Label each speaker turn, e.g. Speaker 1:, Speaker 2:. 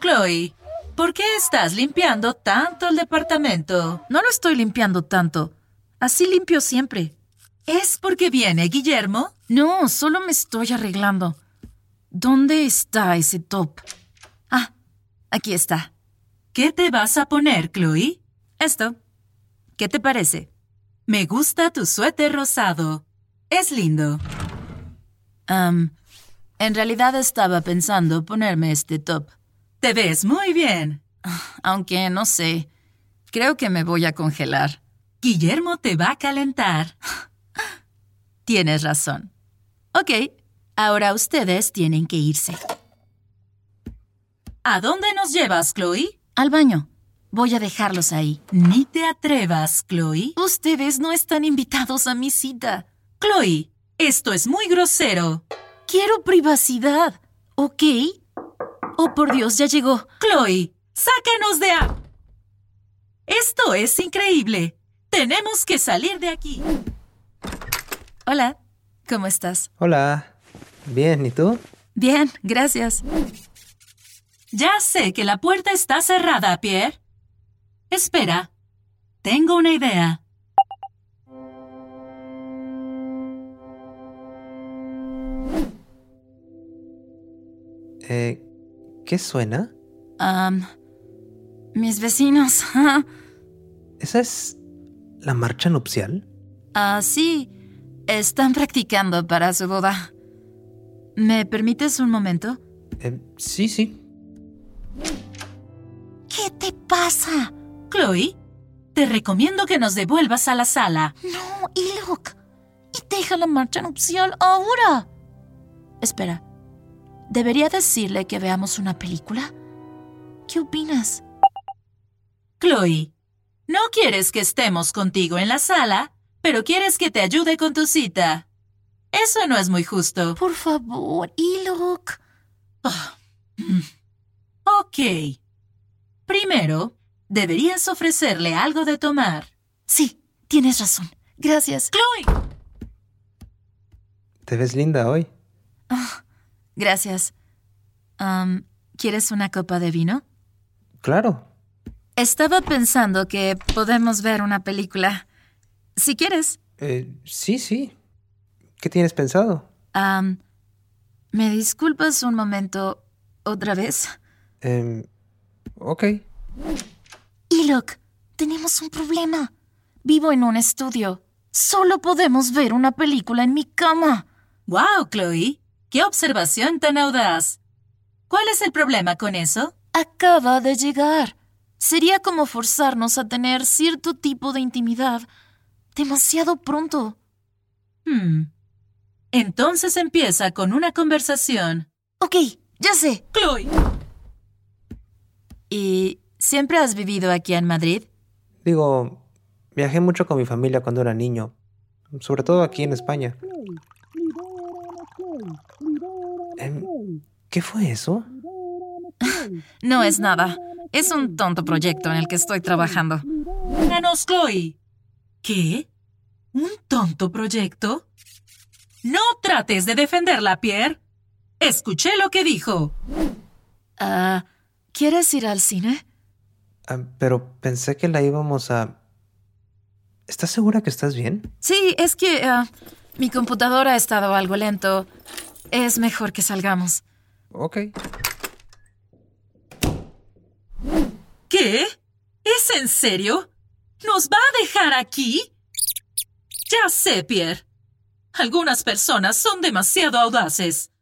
Speaker 1: Chloe, ¿por qué estás limpiando tanto el departamento?
Speaker 2: No lo estoy limpiando tanto. Así limpio siempre.
Speaker 1: ¿Es porque viene Guillermo?
Speaker 2: No, solo me estoy arreglando. ¿Dónde está ese top? Ah, aquí está.
Speaker 1: ¿Qué te vas a poner, Chloe?
Speaker 2: Esto. ¿Qué te parece?
Speaker 1: Me gusta tu suéter rosado. Es lindo.
Speaker 2: Um, en realidad estaba pensando ponerme este top.
Speaker 1: Te ves muy bien.
Speaker 2: Ah, Aunque no sé. Creo que me voy a congelar.
Speaker 1: Guillermo te va a calentar.
Speaker 2: Tienes razón. Ok, ahora ustedes tienen que irse.
Speaker 1: ¿A dónde nos llevas, Chloe?
Speaker 2: Al baño. Voy a dejarlos ahí.
Speaker 1: Ni te atrevas, Chloe.
Speaker 2: Ustedes no están invitados a mi cita.
Speaker 1: Chloe, esto es muy grosero.
Speaker 2: Quiero privacidad, ¿ok? Oh, por Dios, ya llegó.
Speaker 1: Chloe, sácanos de a... Esto es increíble. Tenemos que salir de aquí.
Speaker 2: Hola, ¿cómo estás?
Speaker 3: Hola. Bien, ¿y tú?
Speaker 2: Bien, gracias.
Speaker 1: Ya sé que la puerta está cerrada, Pierre. Espera. Tengo una idea.
Speaker 3: Eh, ¿Qué suena?
Speaker 2: Um, mis vecinos.
Speaker 3: ¿Esa es la marcha nupcial?
Speaker 2: Ah, sí. Están practicando para su boda. ¿Me permites un momento?
Speaker 3: Eh, sí, sí.
Speaker 2: ¿Qué te pasa?
Speaker 1: Chloe, te recomiendo que nos devuelvas a la sala.
Speaker 2: No, Ilok. Y deja la marcha nupcial ahora. Espera. ¿Debería decirle que veamos una película? ¿Qué opinas?
Speaker 1: Chloe, no quieres que estemos contigo en la sala, pero quieres que te ayude con tu cita. Eso no es muy justo.
Speaker 2: Por favor, Ilok.
Speaker 1: Oh. mm. Ok. Primero, deberías ofrecerle algo de tomar.
Speaker 2: Sí, tienes razón. Gracias.
Speaker 1: Chloe.
Speaker 3: Te ves linda hoy.
Speaker 2: Ah, gracias. Am, ¿Quieres una copa de vino?
Speaker 3: Claro.
Speaker 2: Estaba pensando que podemos ver una película. Si quieres.
Speaker 3: Eh, sí, sí. ¿Qué tienes pensado?
Speaker 2: Am, ¿Me disculpas un momento otra vez?
Speaker 3: Em, ok.
Speaker 2: Ilok, tenemos un problema. Vivo en un estudio. Solo podemos ver una película en mi cama.
Speaker 1: ¡Wow, Chloe! ¡Qué observación tan audaz! ¿Cuál es el problema con eso?
Speaker 2: Acaba de llegar. Sería como forzarnos a tener cierto tipo de intimidad demasiado pronto.
Speaker 1: Hmm. Entonces empieza con una conversación.
Speaker 2: Ok, ya sé.
Speaker 1: Chloe.
Speaker 2: ¿Y siempre has vivido aquí en Madrid?
Speaker 3: Digo, viajé mucho con mi familia cuando era niño, sobre todo aquí en España. Em, ¿Qué fue eso?
Speaker 2: No es nada. Es un tonto proyecto en el que estoy trabajando.
Speaker 1: ¡Danos, Chloe! ¿Qué? ¿Un tonto proyecto? No trates de defenderla, Pierre. Escuché lo que dijo.
Speaker 2: Ah, ¿Quieres ir al cine?
Speaker 3: Ah, pero pensé que la íbamos a... ¿Estás segura que estás bien?
Speaker 2: Sí, es que ah, mi computadora ha estado algo lento. Es mejor que salgamos.
Speaker 3: Ok.
Speaker 1: ¿Qué? ¿Es en serio? ¿Nos va a dejar aquí? Ya sé, Pierre. Algunas personas son demasiado audaces.